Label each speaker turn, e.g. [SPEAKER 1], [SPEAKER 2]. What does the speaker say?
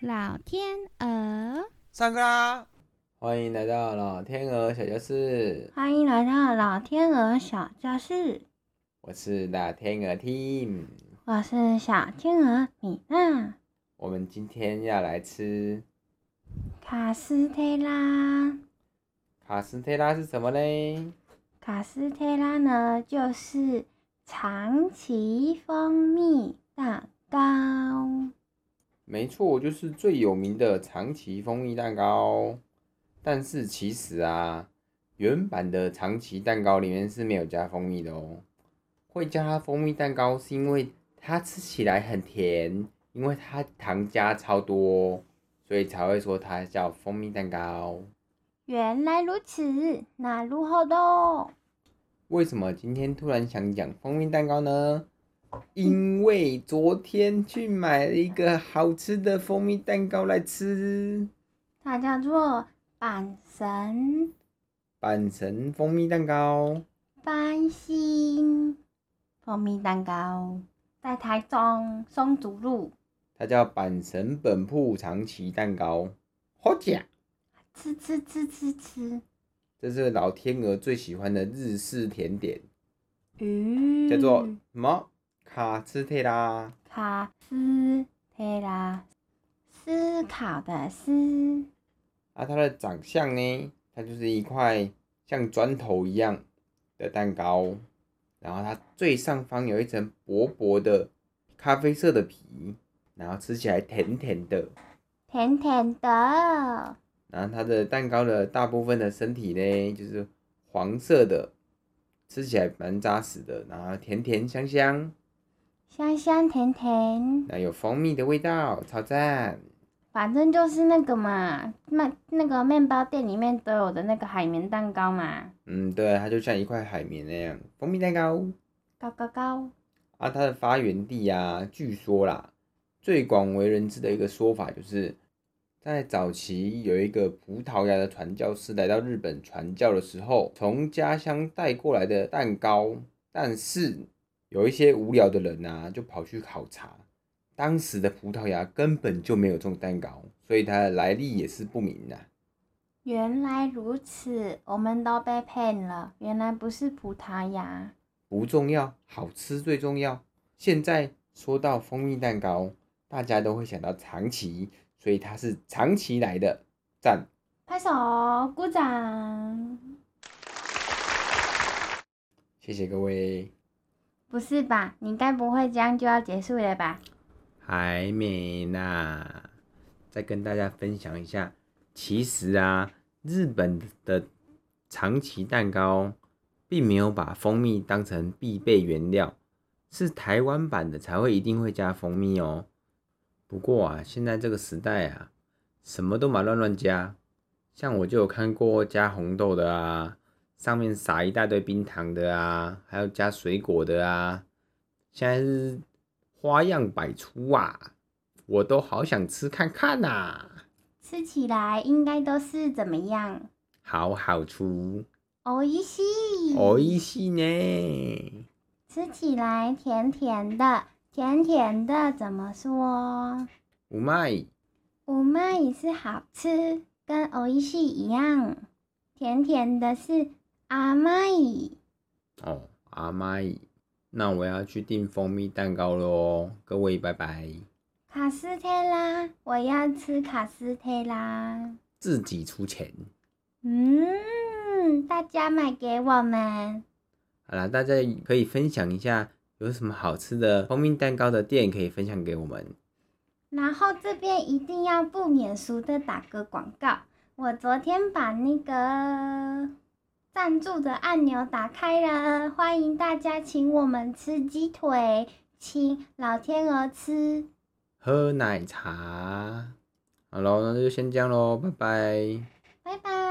[SPEAKER 1] 老天鹅，
[SPEAKER 2] 上课啦！
[SPEAKER 3] 欢迎来到老天鹅小教室，
[SPEAKER 4] 欢迎来到老天鹅小教室，
[SPEAKER 3] 我是大天鹅 Team。
[SPEAKER 4] 我是小天鹅米娜
[SPEAKER 3] 我们今天要来吃
[SPEAKER 4] 卡斯特拉。
[SPEAKER 3] 卡斯特拉是什么嘞？
[SPEAKER 4] 卡斯特拉呢，就是长崎蜂蜜蛋糕。
[SPEAKER 3] 没错，就是最有名的长崎蜂蜜蛋糕。但是其实啊，原版的长崎蛋糕里面是没有加蜂蜜的哦。会叫它蜂蜜蛋糕是因为它吃起来很甜，因为它糖加超多哦，所以才会说它叫蜂蜜蛋糕。
[SPEAKER 4] 原来如此，那如何的？
[SPEAKER 3] 为什么今天突然想讲蜂蜜蛋糕呢？因为昨天去买了一个好吃的蜂蜜蛋糕来吃，
[SPEAKER 4] 它叫做阪神
[SPEAKER 3] 阪神蜂蜜蛋糕。
[SPEAKER 4] 翻新蜂蜜蛋糕，在台中松竹路，
[SPEAKER 3] 它叫阪神本铺长崎蛋糕，好假！
[SPEAKER 4] 吃吃吃吃吃，
[SPEAKER 3] 这是老天鹅最喜欢的日式甜点，
[SPEAKER 4] 鱼
[SPEAKER 3] 叫做什么？卡斯特拉。
[SPEAKER 4] 卡斯特拉，思考的思，
[SPEAKER 3] 啊，它的长相呢，它就是一块像砖头一样的蛋糕，然后它最上方有一层薄薄的咖啡色的皮，然后吃起来甜甜的。
[SPEAKER 4] 甜甜的，
[SPEAKER 3] 然后它的蛋糕的大部分的身体呢，就是黄色的，吃起来蛮扎实的，然后甜甜香香，
[SPEAKER 4] 香香甜甜，
[SPEAKER 3] 然后有蜂蜜的味道，超赞。
[SPEAKER 4] 反正就是那个嘛，那那个面包店里面都有的那个海绵蛋糕嘛，
[SPEAKER 3] 嗯，对，它就像一块海绵那样，蜂蜜蛋糕。
[SPEAKER 4] 高高高，
[SPEAKER 3] 啊，它的发源地啊，据说啦，最广为人知的一个说法就是，在早期有一个葡萄牙的传教士来到日本传教的时候，从家乡带过来的蛋糕，但是有一些无聊的人啊，就跑去考察，当时的葡萄牙根本就没有这种蛋糕，所以它的来历也是不明啊呐、
[SPEAKER 4] 原来如此，我们都被骗了，原来不是葡萄牙。
[SPEAKER 3] 不重要，好吃最重要。现在说到蜂蜜蛋糕，大家都会想到长崎，所以它是长崎来的，赞。
[SPEAKER 4] 拍手鼓掌，
[SPEAKER 3] 谢谢各位。
[SPEAKER 4] 不是吧？你该不会这样就要结束了吧？
[SPEAKER 3] 还没呢，再跟大家分享一下，其实啊，日本的长崎蛋糕并没有把蜂蜜当成必备原料，是台湾版的才会一定会加蜂蜜哦。不过啊，现在这个时代啊，什么都嘛乱乱加，像我就有看过加红豆的啊，上面撒一大堆冰糖的啊，还有加水果的啊，现在是花样百出啊，我都好想吃看看啊呐、
[SPEAKER 4] 吃起来应该都是怎么样？
[SPEAKER 3] 好好吃，
[SPEAKER 4] 哦一西，
[SPEAKER 3] おいしい呢。
[SPEAKER 4] 吃起来甜甜的，甜甜的怎么说？
[SPEAKER 3] うまい，
[SPEAKER 4] 五妈也是好吃，跟哦一西一样，甜甜的是阿妈伊。
[SPEAKER 3] 哦，阿妈い。那我要去订蜂蜜蛋糕了哦，各位拜拜。
[SPEAKER 4] 卡斯特拉，我要吃卡斯特拉。
[SPEAKER 3] 自己出钱。
[SPEAKER 4] 嗯，大家买给我们。
[SPEAKER 3] 好啦，大家可以分享一下有什么好吃的蜂蜜蛋糕的店可以分享给我们。
[SPEAKER 4] 然后这边一定要不免俗的打个广告。我昨天把那个赞助的按钮打开了，欢迎大家请我们吃鸡腿，请老天鹅吃。
[SPEAKER 3] 喝奶茶。好喽，那就先这样喽，拜拜。
[SPEAKER 4] 拜拜。